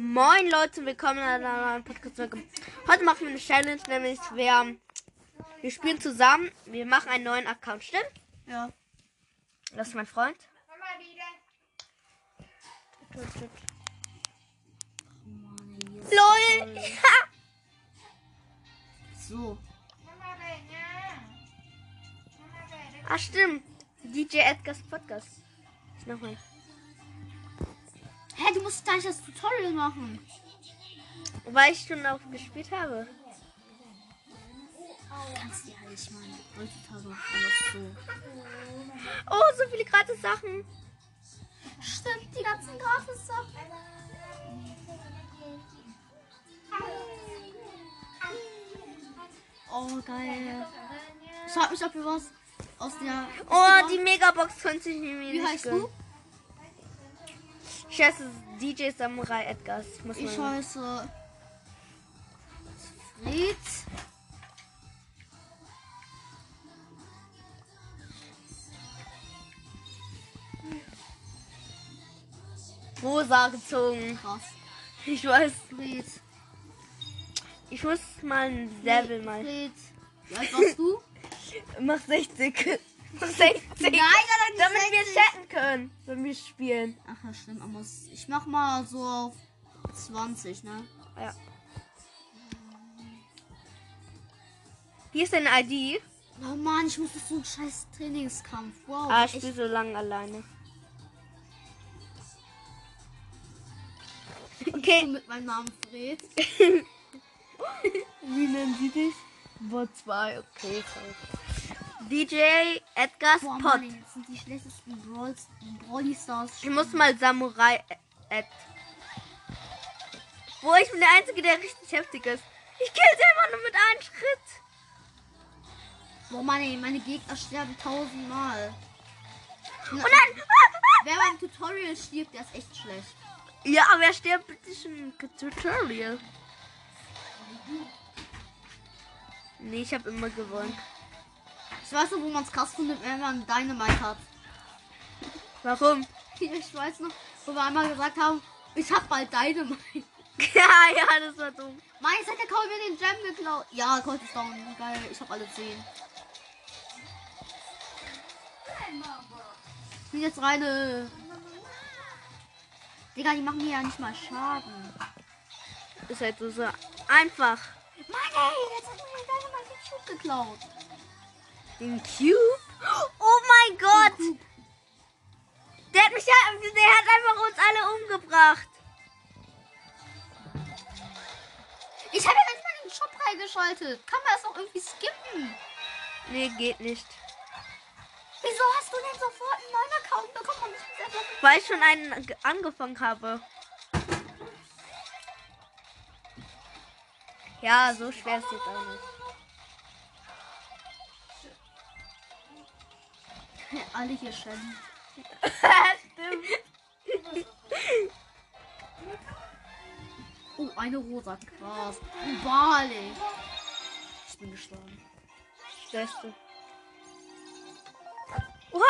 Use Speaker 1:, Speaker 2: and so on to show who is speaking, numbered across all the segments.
Speaker 1: Moin Leute, willkommen in einer neuen Podcast-Folge. Heute machen wir eine Challenge, nämlich wir, wir spielen zusammen, wir machen einen neuen Account, stimmt?
Speaker 2: Ja.
Speaker 1: Das ist mein Freund. LOL!
Speaker 2: So.
Speaker 1: Ach Ah, stimmt, DJ Edgars Podcast. Ich nochmal.
Speaker 3: Hä, du musst gar nicht das Tutorial machen.
Speaker 1: Weil ich schon auch gespielt habe.
Speaker 3: Kannst du ja nicht mal heutzutage auch alles so.
Speaker 1: Oh, so viele gratis Sachen.
Speaker 3: Stimmt, die ganzen Gratis-Sachen.
Speaker 2: Oh, geil. Ich frag mich, ob wir was aus der.
Speaker 1: Oh, die Megabox 20 Minuten.
Speaker 2: Wie heißt du?
Speaker 1: Ich heiße DJ Samurai Edgars. Ich muss
Speaker 2: Ich
Speaker 1: mal.
Speaker 2: heiße. Fred.
Speaker 1: Rosa gezogen.
Speaker 2: Krass.
Speaker 1: Ich weiß.
Speaker 2: Fred.
Speaker 1: Ich muss mal ein Level mal.
Speaker 2: Fred. Wie alt warst du?
Speaker 1: Mach 60. Mach 60.
Speaker 2: Nein, Alter, nicht
Speaker 1: Damit wir chatten können, wenn wir spielen.
Speaker 2: Ach ja, stimmt. Man muss, ich mach mal so auf 20, ne?
Speaker 1: Ja. Hier ist deine ID.
Speaker 2: Oh Mann, ich muss jetzt so einen scheiß Trainingskampf. Wow.
Speaker 1: Ah, ich
Speaker 2: echt.
Speaker 1: spiele so lange alleine. Okay.
Speaker 2: mit meinem Namen Fred.
Speaker 1: Wie nennen sie dich? Bot 2, okay. DJ Edgar's
Speaker 2: Boah,
Speaker 1: Pod.
Speaker 2: Mann, ey, das sind die schlechtesten Brawls, Brawly Stars.
Speaker 1: Ich muss mal Samurai Ed. Wo ich bin der Einzige, der richtig heftig ist. Ich kill sie immer nur mit einem Schritt.
Speaker 2: Boah, Mann, ey, meine Gegner sterben tausendmal.
Speaker 1: Und dann. Ah, ah.
Speaker 2: Wer beim Tutorial stirbt, der ist echt schlecht.
Speaker 1: Ja, wer stirbt bitte schon im Tutorial? Nee, ich habe immer gewonnen.
Speaker 2: Ich weiß noch, wo man es krass findet, wenn man Dynamite hat.
Speaker 1: Warum?
Speaker 2: Ich weiß noch, wo wir einmal gesagt haben, ich hab bald Dynamite.
Speaker 1: ja, ja, das war dumm.
Speaker 2: Mann, jetzt hat der Call mir den Gem geklaut. Ja, Colt ist down. Geil, ich hab alle 10. Sind jetzt reine. Digga, die machen mir ja nicht mal Schaden.
Speaker 1: Ist halt so, so einfach.
Speaker 2: Mann, ey, jetzt hat mir der Dynamite den Cube geklaut.
Speaker 1: Den Cube? Oh mein Gott! Der hat mich ja, der hat einfach uns alle umgebracht.
Speaker 2: Ich habe ja nicht mal den Shop freigeschaltet. Kann man das noch irgendwie skippen?
Speaker 1: Nee, geht nicht.
Speaker 2: Wieso hast du denn sofort einen neuen Account bekommen? Und ich muss einfach-
Speaker 1: Weil ich schon einen ge- angefangen habe. Ja, so schwer ist jetzt auch nicht.
Speaker 2: Alle hier schämen. Oh, eine rosa Gras. Oh, Barley. Ich bin gestorben.
Speaker 1: Beste. Oha!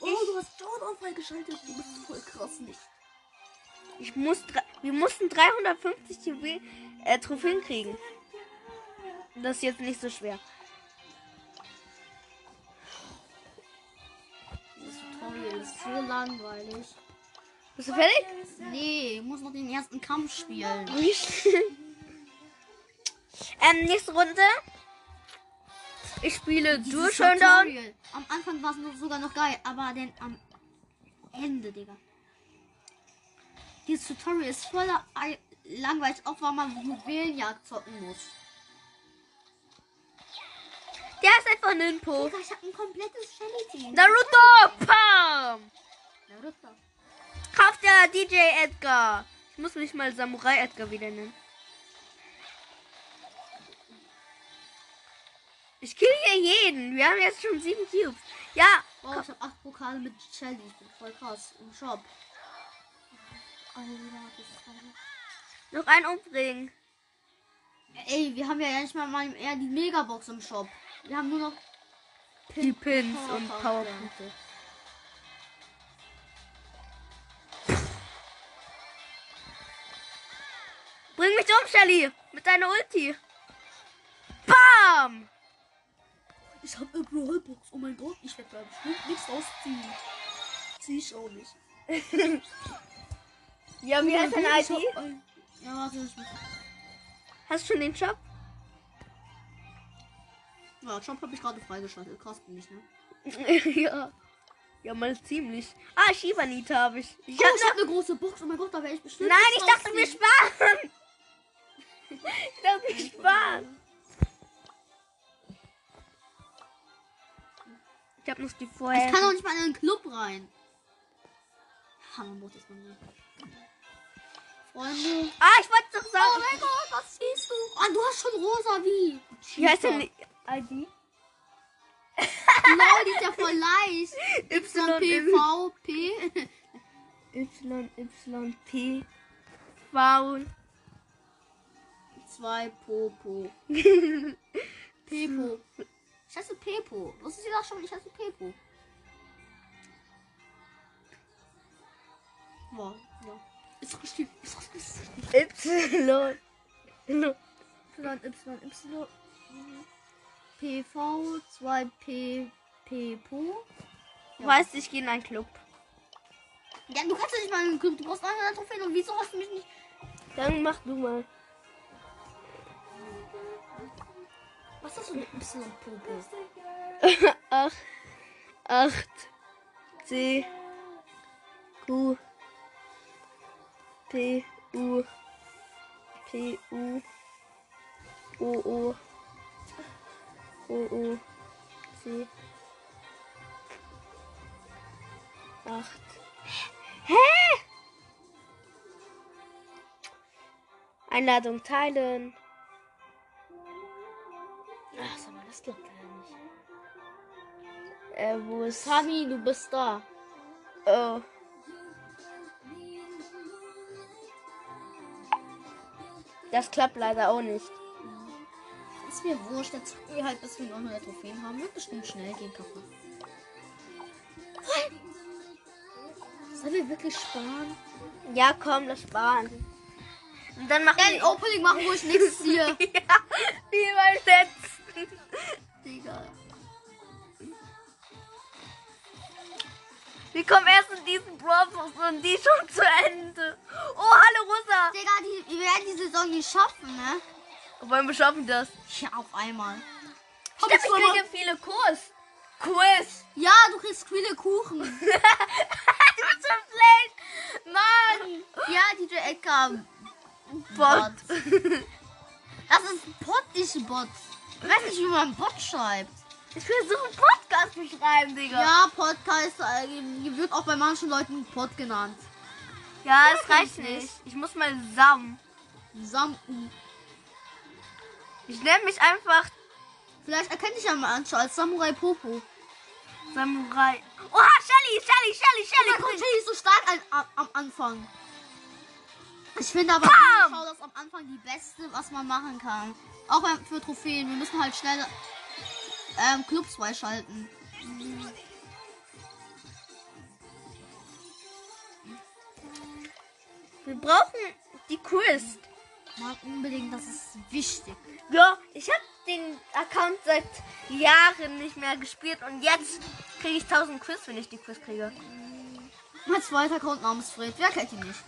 Speaker 2: Oh, du hast Jordan freigeschaltet. Du bist voll krass nicht.
Speaker 1: Ich muss, dr- wir mussten 350 Trophä- äh, Trophäen kriegen. Das ist jetzt nicht so schwer.
Speaker 2: Das Tutorial ist so langweilig.
Speaker 1: Bist du fertig?
Speaker 2: Nee, ich muss noch den ersten Kampf spielen.
Speaker 1: Wie schnell? ähm, nächste Runde. Ich spiele Dual
Speaker 2: Dieses
Speaker 1: Showdown.
Speaker 2: Tutorial. Am Anfang war es noch, sogar noch geil, aber dann am Ende, Digga. Dieses Tutorial ist voller ei- langweilig, auch weil man Juwelenjagd zocken muss.
Speaker 1: Der ist einfach Ninpo.
Speaker 2: Digga, ich hab ein komplettes Shelly-Team.
Speaker 1: Naruto! Pam!
Speaker 2: Naruto.
Speaker 1: Kauft der DJ Edgar. Ich muss mich mal Samurai Edgar wieder nennen. Ich kill hier jeden. Wir haben jetzt schon sieben Cubes. Ja,
Speaker 2: Wow, ich hab 8 Pokale mit Shelly. Ich bin voll krass. Im Shop. Alter, das ist krass.
Speaker 1: noch einen umbringen.
Speaker 2: Ey, wir haben ja nicht mal mal eher die Megabox im Shop. Wir haben nur noch
Speaker 1: Die Pins und
Speaker 2: Powerpunkte.
Speaker 1: Powerpunkte. Bring mich um, Shelly. Mit deiner Ulti. Bam!
Speaker 2: Ich hab eine Brawlbox. Oh mein Gott, ich werde glaube ich nichts ausziehen. Zieh ich auch nicht.
Speaker 1: Ja, wie heißt deine
Speaker 2: Ich
Speaker 1: ID?
Speaker 2: hab ein- Ja, warte, ich muss.
Speaker 1: Hast du schon den Shop?
Speaker 2: Ja, Shop hab ich gerade freigeschaltet. Kostet nicht, ne?
Speaker 1: ja. Ja, mal ziemlich. Ah, Shibanita habe ich. Ich
Speaker 2: Oh,
Speaker 1: hab
Speaker 2: ich hab eine große Box. Oh mein Gott, da wäre ich bestimmt.
Speaker 1: Nein,
Speaker 2: nichts
Speaker 1: ich dachte, wir
Speaker 2: ausziehen.
Speaker 1: sparen. Ich dachte, wir sparen. Ich habe noch die vorher.
Speaker 2: Ich kann doch nicht mal in einen Club rein. Hammermut ist man nicht. Freunde.
Speaker 1: ah, ich wollte doch
Speaker 2: Oh
Speaker 1: sagen.
Speaker 2: mein Gott, was siehst du? Ah, du hast schon rosa wie.
Speaker 1: wie heißt denn die ID?
Speaker 2: Genau, die ist ja voll leicht.
Speaker 1: Y,
Speaker 2: PVP.
Speaker 1: Y, Y, P. Wow.
Speaker 2: 2 Popo. Pepo. Ich heiße Pepo. Wusstest du das schon? Ich heiße Pepo. Boah, ja. Ist doch richtig. Ist doch richtig.
Speaker 1: Y.
Speaker 2: Y, Y, Y. PV, 2P, Pepo.
Speaker 1: Du weißt, ich gehe in einen Club.
Speaker 2: Ja, du kannst doch nicht mal in den Club. Du brauchst 900 Trophäen. Und wieso hast du mich nicht.
Speaker 1: Dann mach du mal.
Speaker 2: Was ist das für ein Y, Popo?
Speaker 1: Ach, acht, C, Q, P, U, P, U, O, O, O, O, C, acht. Hä? Einladung teilen. Ach, sag mal, das klappt ja nicht. Äh, wo ist
Speaker 2: Sami, du bist da.
Speaker 1: Oh. Das klappt leider auch nicht.
Speaker 2: Ist mir wurscht, jetzt zocken wir halt, bis wir 900 Trophäen haben. Wird bestimmt schnell gehen kaputt. Sollen wir wirklich sparen?
Speaker 1: Ja, komm, das sparen. Und dann machen
Speaker 2: Ein Opening machen, wo ich nichts ziehe.
Speaker 1: wir ja, wie beim letzten.
Speaker 2: Digga.
Speaker 1: Wir kommen erst in diesen Broadcast und die schon zu Ende. Oh, hallo Rosa.
Speaker 2: Digga, die, wir werden die Saison nicht schaffen, ne?
Speaker 1: Wollen wir schaffen das?
Speaker 2: Ja, auf einmal.
Speaker 1: Stimmt, ich kriege viele Kurs. Quiz.
Speaker 2: ja, du kriegst viele Kuchen.
Speaker 1: du bist so schlecht. Mann.
Speaker 2: ja, DJ Edgar.
Speaker 1: Bot.
Speaker 2: Das ist ein Bot, nicht ein Bot. Ich weiß nicht, wie man einen Bot schreibt.
Speaker 1: Ich will so einen Podcast beschreiben, Digga.
Speaker 2: Ja, Podcast äh, wird auch bei manchen Leuten Pod genannt.
Speaker 1: Ja, es reicht
Speaker 2: nicht.
Speaker 1: nicht. Ich muss mal Sam.
Speaker 2: Samten.
Speaker 1: Ich nenne mich einfach
Speaker 2: Vielleicht erkenne ich ja mal Anschau als Samurai Popo.
Speaker 1: Samurai. Oha, Shelly, Shelly, Shelly, Shelly.
Speaker 2: Mein Gott, Shelly ist so stark an, am, am Anfang. Ich finde aber
Speaker 1: Bam!
Speaker 2: Schau, das ist am Anfang die beste, was man machen kann. Auch beim- für Trophäen. Wir müssen halt schnell ähm, Clubs freischalten.
Speaker 1: Wir brauchen die Quest.
Speaker 2: Mal unbedingt, das ist wichtig.
Speaker 1: Ja, ich habe den Account seit Jahren nicht mehr gespielt und jetzt kriege ich 1000 Quiz, wenn ich die Quiz kriege.
Speaker 2: Mein zweiter Account namens Fred. Wer kennt ihn nicht?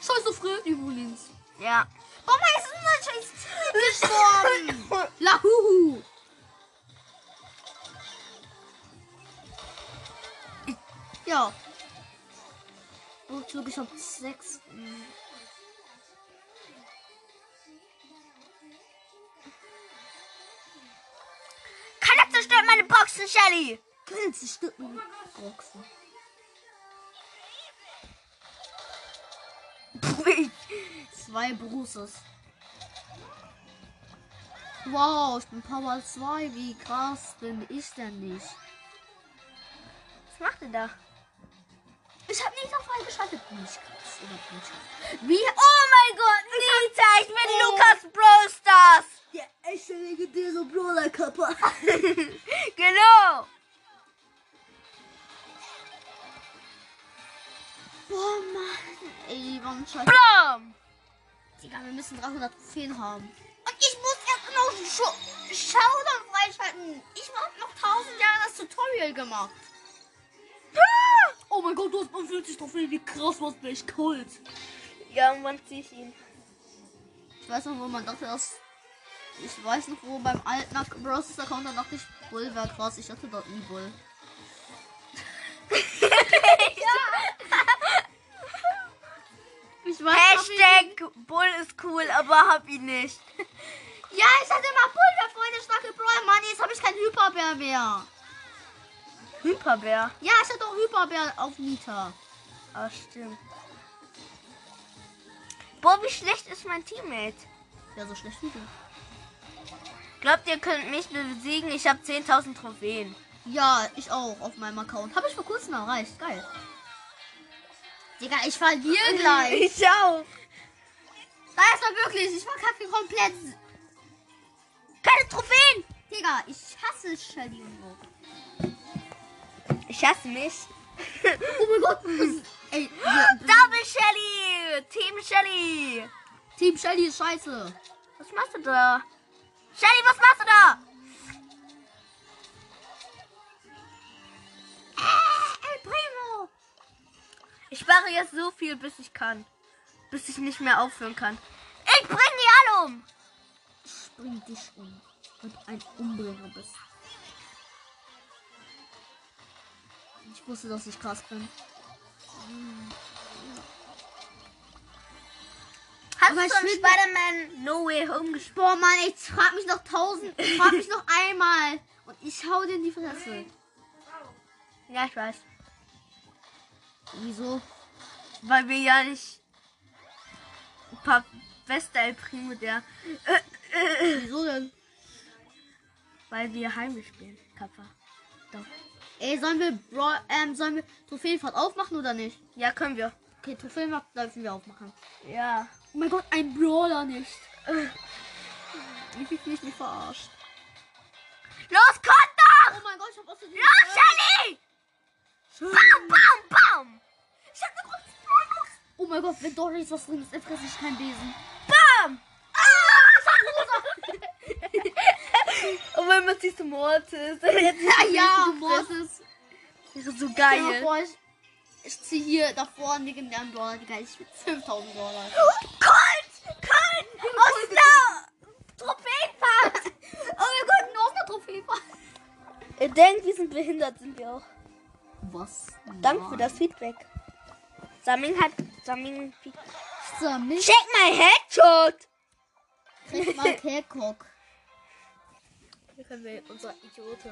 Speaker 2: Scheiße, Fred übrigens.
Speaker 1: Ja.
Speaker 2: Warum ist unser scheiß Team gestorben? Lahuhu. Ja. Wozu ich hab sechs.
Speaker 1: Keiner zerstört meine Boxen, Shelly.
Speaker 2: Pilze Stücken. Boxen. Zwei Bruces. Wow, ich bin Power 2. Wie krass bin ich denn nicht?
Speaker 1: Was macht ihr da?
Speaker 2: Ich hab nicht auf freigeschaltet. Nicht krass. Überhaupt nicht krass. Wie?
Speaker 1: Oh mein Gott, Nita, ich bin Lukas Brawl Stars.
Speaker 2: Der echte legendäre Brawler Kappa.
Speaker 1: Genau.
Speaker 2: Boah, Oh Mann. Ey, warum anderen Scheiß.
Speaker 1: Blam!
Speaker 2: Digga, wir müssen 300 Trophäen haben. Und ich muss erst noch Sch- Showdown freischalten. Ich hab noch 1000 Jahre das Tutorial gemacht.
Speaker 3: Oh mein Gott, du hast 50 Trophäen, wie krass, was bin ich kalt.
Speaker 1: Ja, irgendwann zieh ich ihn.
Speaker 2: Ich weiß noch, wo man dachte, dass... Ich weiß noch, wo beim alten Ac- Bros. Account, da dachte ich, Bull wäre krass. Ich hatte dort nie Bull. Ich weiß noch, wie-
Speaker 1: Hashtag Bull ist cool, aber hab ihn nicht.
Speaker 2: Ja, ich hatte mal Pulver, Freunde, starke Brawl, Mann. Jetzt habe ich keinen Hyperbär mehr.
Speaker 1: Hyperbär.
Speaker 2: Ja, ich hatte auch Hyperbär auf Nita.
Speaker 1: Ah, stimmt. Boah, wie schlecht ist mein Teammate?
Speaker 2: Ja, so schlecht wie du.
Speaker 1: Glaubt ihr könnt mich besiegen? Ich habe 10.000 Trophäen.
Speaker 2: Ja, ich auch auf meinem Account. Habe ich vor kurzem erreicht. Geil. Digga, ich verliere gleich.
Speaker 1: Ich auch.
Speaker 2: Da ist er wirklich. Ich verkacke komplett.
Speaker 1: Keine Trophäen.
Speaker 2: Digga, ich hasse Shelly und so.
Speaker 1: Ich hasse mich.
Speaker 2: Oh mein Gott. Ey, wir,
Speaker 1: Double Shelly. Team Shelly.
Speaker 2: Team Shelly ist scheiße.
Speaker 1: Was machst du da? Shelly, was machst du da?
Speaker 2: Ey, Primo.
Speaker 1: Ah, Ich mache jetzt so viel, bis ich kann. Bis ich nicht mehr aufhören kann. Ich bring die alle um.
Speaker 2: Bring dich um. Und ein Umbringer bist. Ich wusste, dass ich krass bin.
Speaker 1: Hast
Speaker 2: Aber
Speaker 1: du
Speaker 2: ich
Speaker 1: schon
Speaker 2: will-
Speaker 1: Spider-Man No Way Home gespielt?
Speaker 2: Boah, Mann, ich frag mich noch tausend. Frag mich noch einmal. Und ich hau dir in die Fresse.
Speaker 1: Ja, ich weiß.
Speaker 2: Wieso?
Speaker 1: Weil wir ja nicht... Pap Bester El Primo, der... äh,
Speaker 2: Wieso denn?
Speaker 1: Weil wir heimisch spielen, Kappa.
Speaker 2: Ey, sollen wir, Bra ähm, sollen wir Trophäenfahrt aufmachen oder nicht?
Speaker 1: Ja, können wir.
Speaker 2: Okay, Trophäenfahrt dürfen wir aufmachen.
Speaker 1: Ja.
Speaker 2: Oh mein Gott, ein Brawler nicht. Äh. Wie viel mich nicht verarscht.
Speaker 1: Los, komm
Speaker 2: Oh
Speaker 1: doch!
Speaker 2: mein Gott, ich hab aus Versehen.
Speaker 1: Los, Shelly! Bam, bam, bam!
Speaker 2: Ich hab eine große Brawlbox. Oh mein Gott, wenn Doris was drin ist, dann fresse ich kein Besen.
Speaker 1: Bam! Ah, Und wenn man siehst du Mortis. Jetzt
Speaker 2: Ja, Ah, ja, Mortis.
Speaker 1: wäre so
Speaker 2: Stell dir mal
Speaker 1: geil.
Speaker 2: vor, Ich, ich ziehe hier davor einen legendären Brawler, Digga. Ich will 5000 Brawler.
Speaker 1: Colt! Colt! Aus der Trophäenfahrt!
Speaker 2: Oh mein Gott, nur auf einer Trophäenfahrt.
Speaker 1: Ihr denkt, wir sind behindert, sind wir auch.
Speaker 2: Was?
Speaker 1: Danke für das Feedback. Samin hat. Samin.
Speaker 2: Sammeln
Speaker 1: Check my headshot!
Speaker 2: kriegt man Kekok.
Speaker 1: Hier können wir unsere Idioten.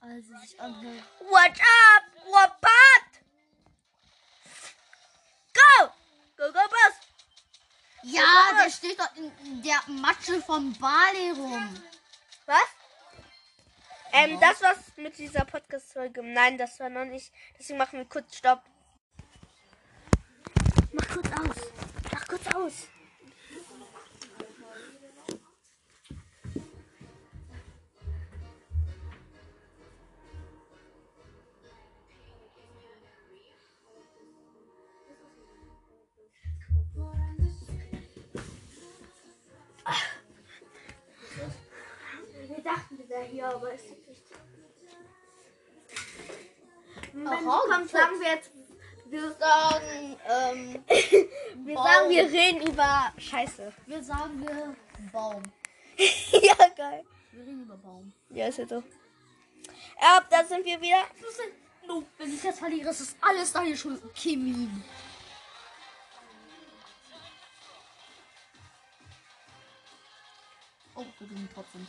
Speaker 2: Also sich anhört.
Speaker 1: Watch up! What part? Go! Go, go, Boss!
Speaker 2: Ja, der steht dort in in der Matsche von Bali rum.
Speaker 1: Was? Ähm, das war's mit dieser Podcast-Folge. Nein, das war noch nicht. Deswegen machen wir kurz Stopp. Mach kurz aus. Mach kurz aus. Wir dachten, wir wären hier, aber es ist nicht. Wenn
Speaker 2: Aha,
Speaker 1: du kommst,
Speaker 2: gut.
Speaker 1: sagen wir jetzt. Wir,
Speaker 2: Sagen, ähm,
Speaker 1: wir
Speaker 2: Wow.
Speaker 1: sagen, wir reden über Scheiße.
Speaker 2: wir sagen wir Baum.
Speaker 1: ja, geil.
Speaker 2: Wir reden über Baum.
Speaker 1: Ja, ist ja so. Ja, da sind wir wieder.
Speaker 2: No, wenn ich jetzt verliere, ist das alles deine Schuld. Chemie. Oh, wir gewinnen trotzdem.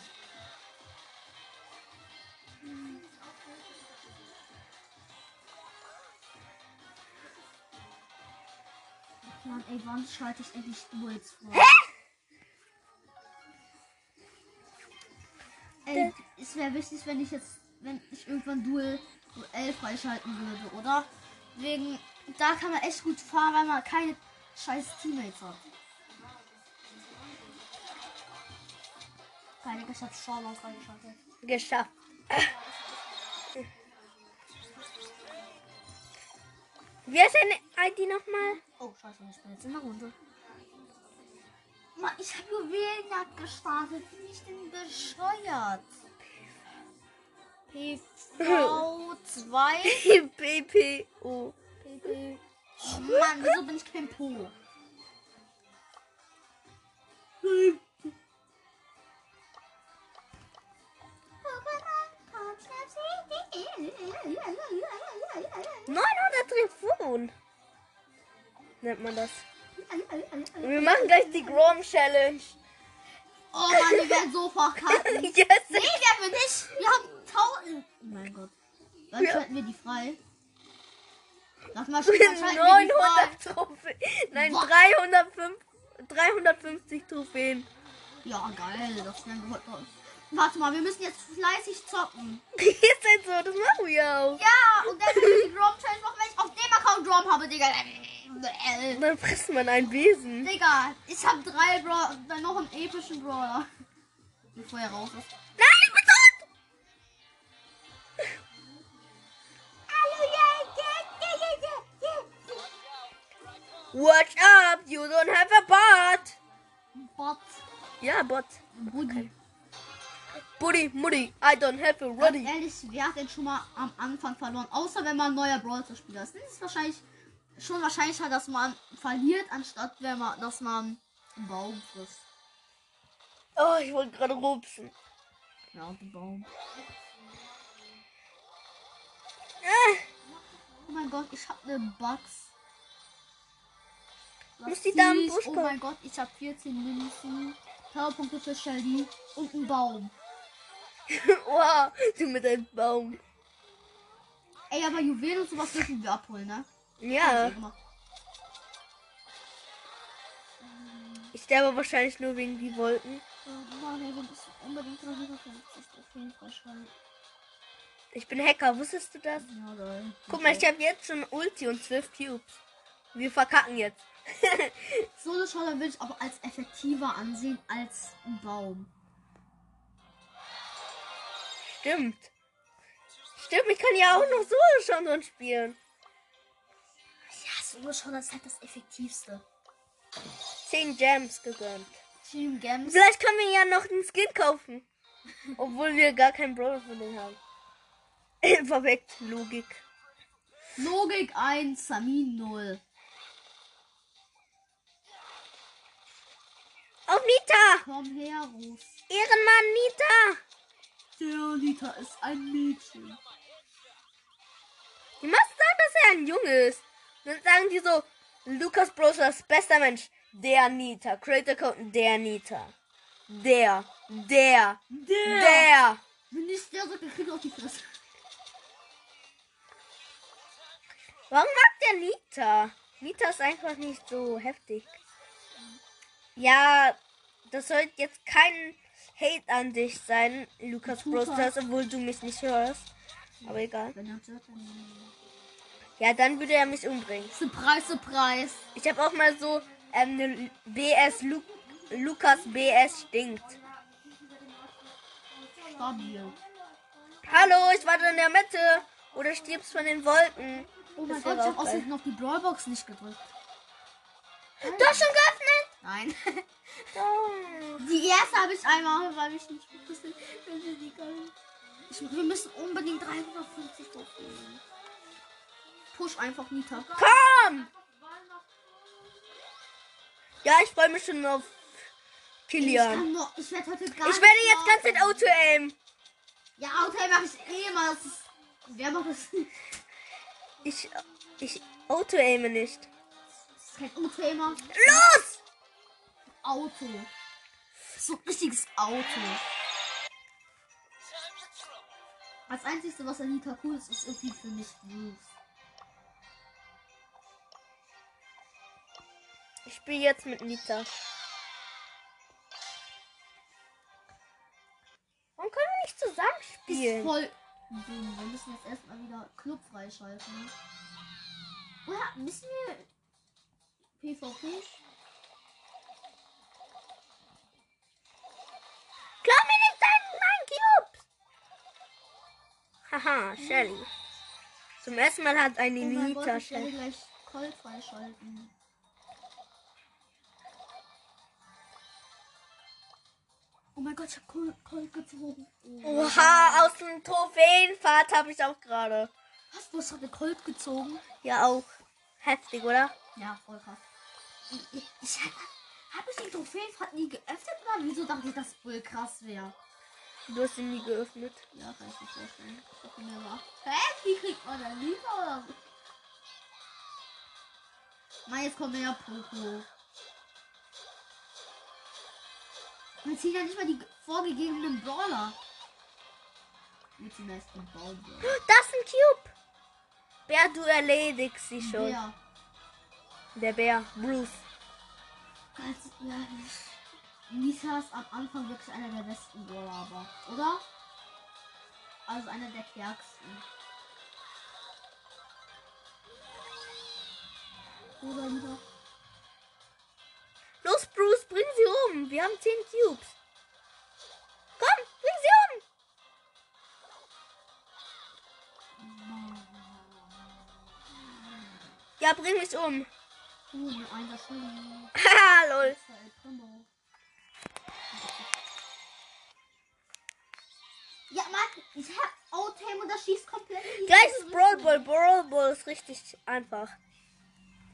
Speaker 2: Mann, ey, wann schalte ich endlich Duels vor? Ey, es wäre wichtig, wenn ich jetzt, wenn ich irgendwann Duel Duell freischalten würde, oder? Wegen, da kann man echt gut fahren, weil man keine scheiß Teammates hat. Geil, Digga, ich hab Shortlauf freigeschaltet.
Speaker 1: Geschafft. Wer ist deine ID nochmal?
Speaker 2: Oh, scheiße, ich bin jetzt in der Runde. Mann, ich habe Juwelenjagd gestartet. Bin ich denn bescheuert? PV2?
Speaker 1: PPO.
Speaker 2: PP. Oh Mann, wieso bin ich kein Po?
Speaker 1: Oh. 900 Telefon. Nennt man das. Wir machen gleich die Grom Challenge.
Speaker 2: Oh Mann, wir werden so verkacken. Nee,
Speaker 1: yes.
Speaker 2: werden wir nicht. Wir haben tausend. Oh mein Gott. Dann
Speaker 1: Ja.
Speaker 2: schalten wir die frei. Lass mal
Speaker 1: Mit
Speaker 2: schnell schalten wir die frei.
Speaker 1: 900 Trophäen. Nein,
Speaker 2: Was?
Speaker 1: 305, 350 Trophäen.
Speaker 2: Ja, geil. Das wäre gut. Warte mal, wir müssen jetzt fleißig zocken.
Speaker 1: Ist halt so, das machen wir auch.
Speaker 2: Ja, und dann will ich die Drum Challenge machen, wenn ich auf dem Account Drum habe, Digga. Äh,
Speaker 1: Und
Speaker 2: äh,
Speaker 1: dann frisst man einen Besen.
Speaker 2: Digga, ich hab drei Brawler, dann noch einen epischen Brawler. Bevor er raus ist.
Speaker 1: Nein, ich bin tot! Watch up, you don't have a bot.
Speaker 2: Bot,
Speaker 1: Ja, bot.
Speaker 2: Buddy.
Speaker 1: Buddy, Muddy, I don't have a
Speaker 2: Ganz
Speaker 1: ruddy.
Speaker 2: ehrlich, wer hat denn schon mal am Anfang verloren? Außer wenn man ein neuer Brawler-Spieler ist. Dann ist es wahrscheinlich schon wahrscheinlicher, dass man verliert, anstatt wenn man, dass man einen Baum frisst.
Speaker 1: Oh, ich wollte gerade rupsen.
Speaker 2: Ja, den Baum.
Speaker 1: Ah,
Speaker 2: Oh mein Gott, ich hab ne Bugs. Lass
Speaker 1: Muss die da am
Speaker 2: dies.
Speaker 1: Busch
Speaker 2: Oh
Speaker 1: kommen.
Speaker 2: mein Gott, ich hab 14 Münzen, Powerpunkte für Shelly und einen Baum.
Speaker 1: wow, du mit deinem Baum.
Speaker 2: Ey, aber Juwelen und sowas dürfen wir abholen, ne?
Speaker 1: Ja,
Speaker 2: Hab ich eh gemacht.
Speaker 1: ich sterbe wahrscheinlich nur wegen die Wolken.
Speaker 2: Oh Mann, ey, wir müssen unbedingt 350 Trophäen freischalten.
Speaker 1: Ich bin Hacker, wusstest du das?
Speaker 2: Ja, lol.
Speaker 1: Guck mal, ich habe jetzt schon Ulti und 12 Cubes. Wir verkacken jetzt.
Speaker 2: Solo Schotter würde ich aber als effektiver ansehen als ein Baum.
Speaker 1: Stimmt. Stimmt, ich kann ja auch noch so schon so spielen.
Speaker 2: Ja, Solo Schotter ist halt das effektivste.
Speaker 1: 10 Gems gegönnt.
Speaker 2: Team Gems.
Speaker 1: Vielleicht können wir ja noch einen Skin kaufen. Obwohl wir gar keinen Brawler von denen haben. Verweckt, Logik.
Speaker 2: Logik 1, Samin 0.
Speaker 1: Auf Nita!
Speaker 2: Komm her, Ruf.
Speaker 1: Ehrenmann Nita!
Speaker 2: Der Nita ist ein Mädchen.
Speaker 1: Die meisten sagen, dass er ein Junge ist. Dann sagen die so, Lukas Brosers bester Mensch, der Nita. Creator Code, der Nita. Der, der,
Speaker 3: Der.
Speaker 1: der.
Speaker 2: Wenn nicht der sagt, der kriegt auf die Fresse.
Speaker 1: Warum mag der Nita? Nita ist einfach nicht so heftig. Ja, das soll jetzt kein Hate an dich sein, Lukas
Speaker 2: Super.
Speaker 1: Brosters, obwohl du mich nicht hörst. Aber egal.
Speaker 2: Wenn er hört, dann.
Speaker 1: Ja, dann würde er mich umbringen.
Speaker 2: Surprise, surprise.
Speaker 1: Ich habe auch mal so ähm, eine BS Lu Lukas BS stinkt.
Speaker 2: Stabil.
Speaker 1: Hallo, ich warte in der Mitte. Oder stirbst von den Wolken.
Speaker 2: Oh mein
Speaker 1: Das
Speaker 2: Gott,
Speaker 1: wäre
Speaker 2: ich hab
Speaker 1: auch
Speaker 2: aus
Speaker 1: geil.
Speaker 2: Versehen auf die Brawlbox nicht gedrückt.
Speaker 1: Du hast schon ne- geöffnet?
Speaker 2: Nein.
Speaker 1: Doch.
Speaker 2: Die erste habe ich einmal, weil ich nicht gut wusste, wenn wir die können. Ich, wir müssen unbedingt 350 hochgehen. Push einfach Nita.
Speaker 1: Komm! Ja, ich freue mich schon auf
Speaker 2: Ich
Speaker 1: Kilian.
Speaker 2: kann nur, ich werde heute gar
Speaker 1: Ich
Speaker 2: nicht
Speaker 1: werde jetzt ganz
Speaker 2: schlafen.
Speaker 1: in Auto aimen.
Speaker 2: Ja, okay, mach ich eh immer. Das ist, wer macht das? Das
Speaker 1: Ich, ich Auto aime nicht.
Speaker 2: ist kein Auto immer.
Speaker 1: Los!
Speaker 2: Auto. So ein richtiges Auto. Das einzige, was an Nita cool ist, ist irgendwie für mich Moves.
Speaker 1: Ich spiele jetzt mit Nita. Warum können wir nicht zusammen
Speaker 2: Ist
Speaker 1: spielen?
Speaker 2: voll dumm. Wir müssen jetzt erstmal wieder Club freischalten. Oder müssen wir PvP?
Speaker 1: Klau mir nicht deinen meinen Cubes! Haha, Shelly. Zum ersten Mal hat eine
Speaker 2: Oh mein
Speaker 1: Nita
Speaker 2: Gott, ich werde
Speaker 1: Chef.
Speaker 2: gleich Colt freischalten. Oh mein Gott, ich hab Colt, Colt gezogen. Oh.
Speaker 1: Oha, aus dem Trophäenpfad habe ich auch gerade.
Speaker 2: Was, du hast gerade Colt gezogen?
Speaker 1: Ja, auch. Heftig, oder?
Speaker 2: Ja, voll krass. Ich, ich, ich habe ich den Trophäenfahrt nie geöffnet, Mann. Wieso dachte ich, dass wohl krass wäre?
Speaker 1: Du hast ihn nie geöffnet.
Speaker 2: Ja, kann ich mir vorstellen. Ich hab ihn mir mal. Hä? Wie kriegt man denn lieber oder so? Mann, jetzt kommt der Poco. Man zieht ja nicht mal die ge- vorgegebenen Brawler. Mit dem besten Brawler.
Speaker 1: Das ist ein Cube. Bär, du erledigst sie schon.
Speaker 2: Ja.
Speaker 1: Der Bär, Bruce.
Speaker 2: Ganz ehrlich. Nisa ist am Anfang wirklich einer der besten Brawler, aber, oder? Also einer der stärksten. Oder Nisa?
Speaker 1: Los, Bruce, bring sie um. Wir haben 10 Cubes. Komm, bring sie um. um. Ja, bring mich um.
Speaker 2: Uh, mit einer Schule.
Speaker 1: Haha, lol.
Speaker 2: Das war El Primo. Ja, Mann, ich hab Outtame und das schießt komplett. in die
Speaker 1: Gleich
Speaker 2: falsche
Speaker 1: ist Brawl
Speaker 2: Richtung.
Speaker 1: Ball. Brawl Ball ist richtig einfach.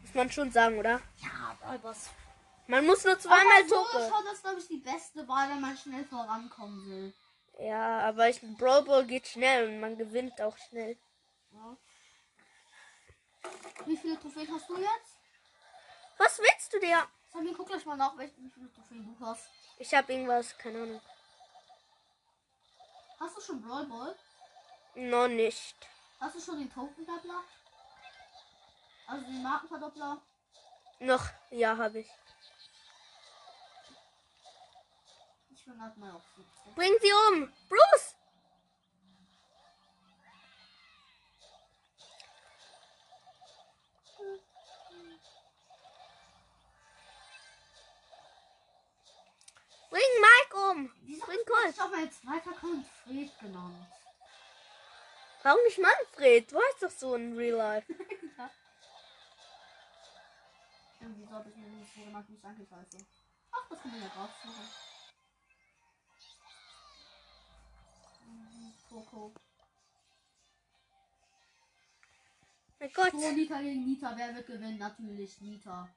Speaker 1: Muss man schon sagen, oder?
Speaker 2: Ja, Brawl Boss.
Speaker 1: Man muss nur zweimal
Speaker 2: so
Speaker 1: Tuppe.
Speaker 2: schaut das, glaube ich, die beste Wahl, wenn man schnell vorankommen will.
Speaker 1: Ja, aber ich, Brawl Ball geht schnell und man gewinnt auch schnell.
Speaker 2: Ja. Wie viele Trophäen hast du jetzt?
Speaker 1: Was willst du dir?
Speaker 2: Sammy, guck gleich mal nach, welche- wie viele Trophäen du hast.
Speaker 1: Ich hab irgendwas, keine Ahnung.
Speaker 2: Hast du schon Brawl Ball?
Speaker 1: Noch nicht.
Speaker 2: Hast du schon den Token-Doppler? Also den Markenverdoppler?
Speaker 1: Noch, ja, habe ich.
Speaker 2: Ich bin halt mal auf 17.
Speaker 1: Bring sie um. Bruce! Bring Mike um.
Speaker 2: Wieso
Speaker 1: Bring
Speaker 2: hab
Speaker 1: Colt.
Speaker 2: ich auf meinen zweiten Account Fred genannt?
Speaker 1: Warum nicht Manfred? Du hast doch so in Real Life.
Speaker 2: Und wieso hab ich mir nicht so genannt, wie ich eigentlich heiße? Ach, das können wir ja raussuchen. Mhm, Coco.
Speaker 1: Mein Gott.
Speaker 2: So, Nita gegen Nita, wer wird gewinnen? Natürlich Nita.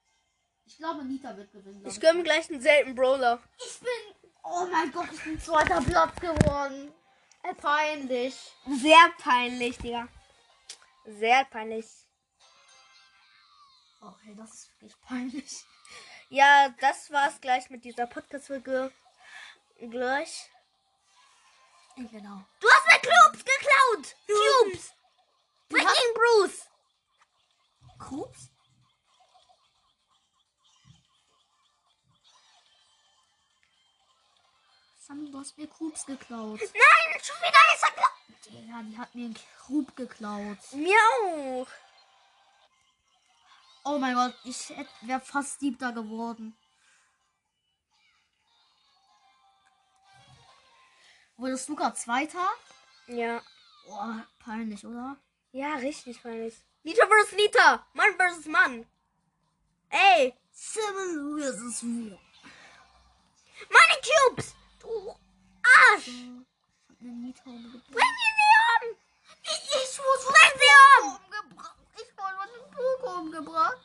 Speaker 2: Ich glaube, Nita wird gewinnen. glaub
Speaker 1: Ich gönn mir gleich einen seltenen Brawler.
Speaker 2: ich bin. Oh mein Gott, ich bin zweiter Platz geworden. Äh, Peinlich.
Speaker 1: Sehr peinlich, Digga. Sehr peinlich.
Speaker 2: Okay, das ist wirklich peinlich.
Speaker 1: Ja, das war's gleich mit dieser Podcast-Folge. Gleich.
Speaker 2: Genau.
Speaker 1: Du hast mir Clubs geklaut! Cubes! Bring ihn, Bruce!
Speaker 2: Krups? Sammy, du hast mir Krups geklaut.
Speaker 1: Nein, schon wieder ist er geklaut!
Speaker 2: Digga, die hat mir einen Krub geklaut.
Speaker 1: Mir auch!
Speaker 2: Oh mein Gott, ich wäre fast siebter geworden. Wurdest du gerade zweiter?
Speaker 1: Ja.
Speaker 2: Oh, peinlich, oder?
Speaker 1: Ja, richtig peinlich. Nita vs. Nita! Mann vs. Mann! Ey!
Speaker 2: Seven vs. War.
Speaker 1: Meine Cubes! Du Arsch! Bring
Speaker 2: Ich hab eine Nita umgebracht.
Speaker 1: ihn um!
Speaker 2: Ich, ich wurde von
Speaker 1: Bring sie um!
Speaker 2: umgebracht. Ich wurde von dem Pogo umgebracht.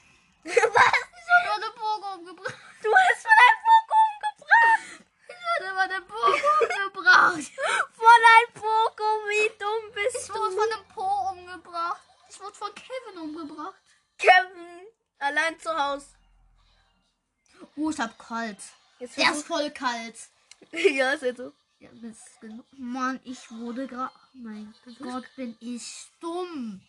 Speaker 1: Was?
Speaker 2: Ich wurde von dem Pogo umgebracht.
Speaker 1: Du hast von einem Poco umgebracht!
Speaker 2: Ich wurde von dem Pogo umgebracht.
Speaker 1: Von einem Poco, wie dumm bist
Speaker 2: Ich
Speaker 1: du?
Speaker 2: wurde von dem Po umgebracht. Ich wurde von Kevin umgebracht.
Speaker 1: Kevin, allein zu Hause.
Speaker 2: Oh, ich hab kalt.
Speaker 1: Jetzt
Speaker 2: Der ist voll kalt.
Speaker 1: ja, ist jetzt so.
Speaker 2: Ja, das ist genug. Mann, ich wurde gerade. Mein Gott, bin ich dumm.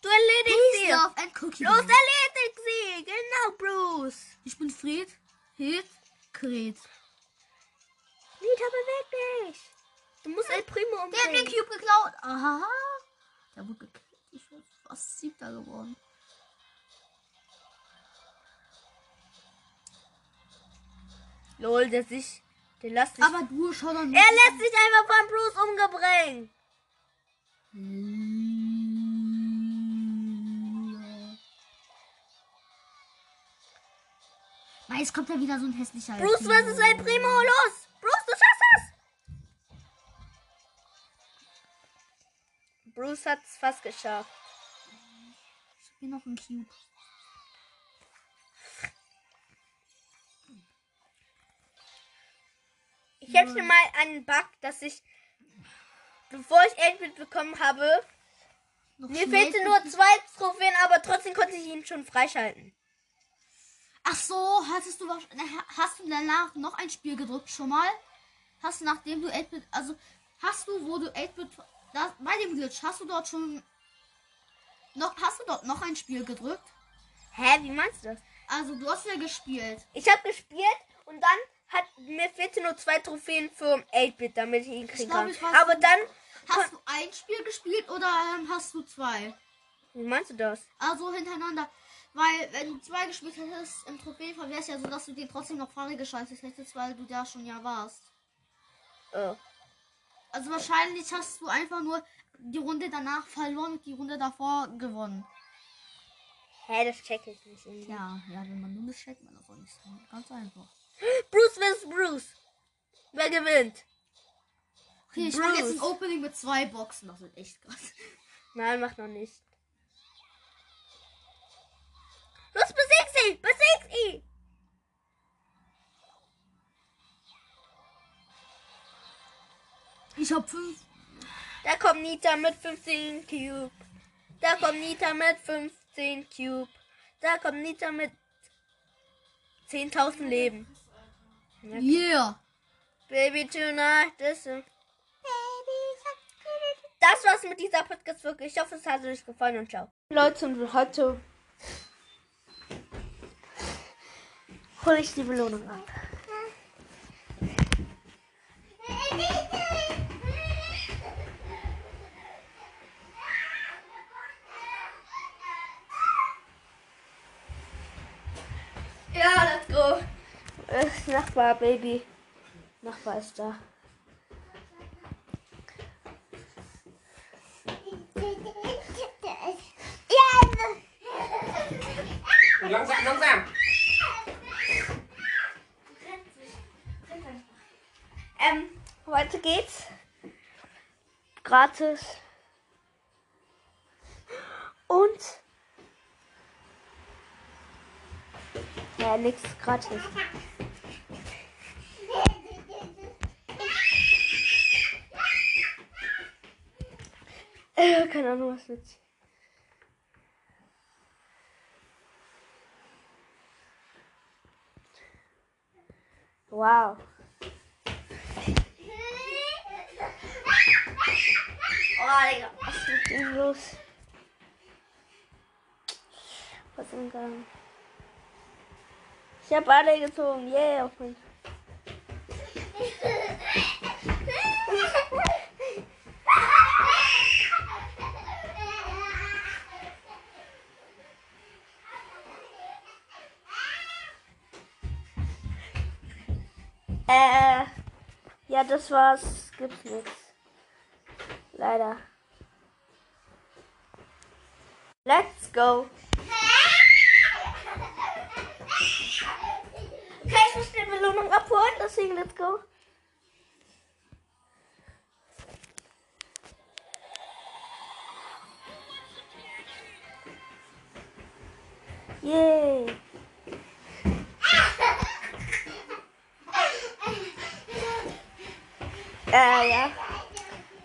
Speaker 1: Du erledigst
Speaker 2: Ich
Speaker 1: sie.
Speaker 2: darf ein Cookie.
Speaker 1: Los,
Speaker 2: machen.
Speaker 1: erledig sie. Genau, Bruce.
Speaker 2: Ich bin Fred. Hit. Kret.
Speaker 1: Nita, beweg dich. Du musst El Primo
Speaker 2: Der hat mir
Speaker 1: umbringen.
Speaker 2: Cube geklaut. Aha. Der wurde gekillt. Ich bin fast siebter geworden.
Speaker 1: Lol, der sich. Den lässt sich.
Speaker 2: Aber du schau doch nicht.
Speaker 1: er lässt sich einfach von Bruce umgebringen.
Speaker 2: Weil es kommt ja wieder so ein hässlicher.
Speaker 1: Bruce versus El Primo, los! Bruce, du schaffst das! Bruce hat's fast geschafft.
Speaker 2: Hier noch ein Cube.
Speaker 1: Ich habe schon mal einen Bug, dass ich, bevor ich Edwin bekommen habe,
Speaker 2: Noch
Speaker 1: mir
Speaker 2: schnell-
Speaker 1: fehlten nur zwei Trophäen, aber trotzdem konnte ich ihn schon freischalten.
Speaker 2: Ach so, hattest du wahrsch- na, ha- hast du danach noch ein Spiel gedrückt schon mal? Hast du nachdem du 8-Bit, also hast du, wo du 8-Bit, da- bei dem Glitch, hast du dort schon noch, hast du dort noch ein Spiel gedrückt?
Speaker 1: Hä, wie meinst du das?
Speaker 2: Also du hast ja gespielt.
Speaker 1: Ich habe gespielt und dann hat mir fehlten nur zwei Trophäen für 8-Bit, damit ich ihn kriegen
Speaker 2: glaub,
Speaker 1: kann.
Speaker 2: ich weiß-
Speaker 1: aber dann,
Speaker 2: Hast du ein Spiel gespielt oder ähm, hast du zwei?
Speaker 1: wie meinst du das?
Speaker 2: Also hintereinander. Weil wenn du zwei gespielt hättest im Trophäenfall wäre es ja so, dass du den trotzdem noch freigeschaltet hättest, weil du da schon ja warst.
Speaker 1: Oh.
Speaker 2: Also wahrscheinlich hast du einfach nur die Runde danach verloren und die Runde davor gewonnen.
Speaker 1: Hä, das check ich nicht. irgendwie.
Speaker 2: Ja, ja, wenn man dumm ist, checkt man das auch nicht. Ganz einfach.
Speaker 1: Bruce vs. Bruce. Wer gewinnt?
Speaker 2: Okay, ich mache jetzt ein
Speaker 1: Bruce.
Speaker 2: Opening mit zwei Boxen. Das wird echt krass.
Speaker 1: Nein, mach noch nicht. Los, besieg sie! Besieg sie!
Speaker 2: Ich habe fünf.
Speaker 1: Da kommt Nita mit 15 Cube. Da kommt Nita mit 15 Cube. Da kommt Nita mit 10.000 Leben.
Speaker 2: Yeah.
Speaker 1: Baby tonight is a- Das war's mit dieser Podcast-Folge. Ich hoffe, es hat euch gefallen und ciao. Leute, und heute hole ich die Belohnung ab. Ja, let's go. Äh, Nachbar, Baby. Nachbar ist da.
Speaker 4: Langsam, langsam.
Speaker 1: Ähm, heute geht's gratis und ja, nichts gratis. Äh, keine Ahnung, was jetzt. Wow. Oh, Digga, was ist mit ihm los? Was im Gang? Ich hab alle gezogen, yeah, auf mich. Äh, ja, das war's. Gibt's nichts. Leider. Let's go. Okay, ich muss die Belohnung abholen, deswegen let's go. Yay. Äh, ja.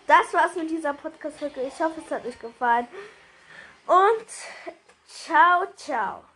Speaker 1: Das war's mit dieser Podcast-Folge. Ich hoffe, es hat euch gefallen. Und ciao, ciao.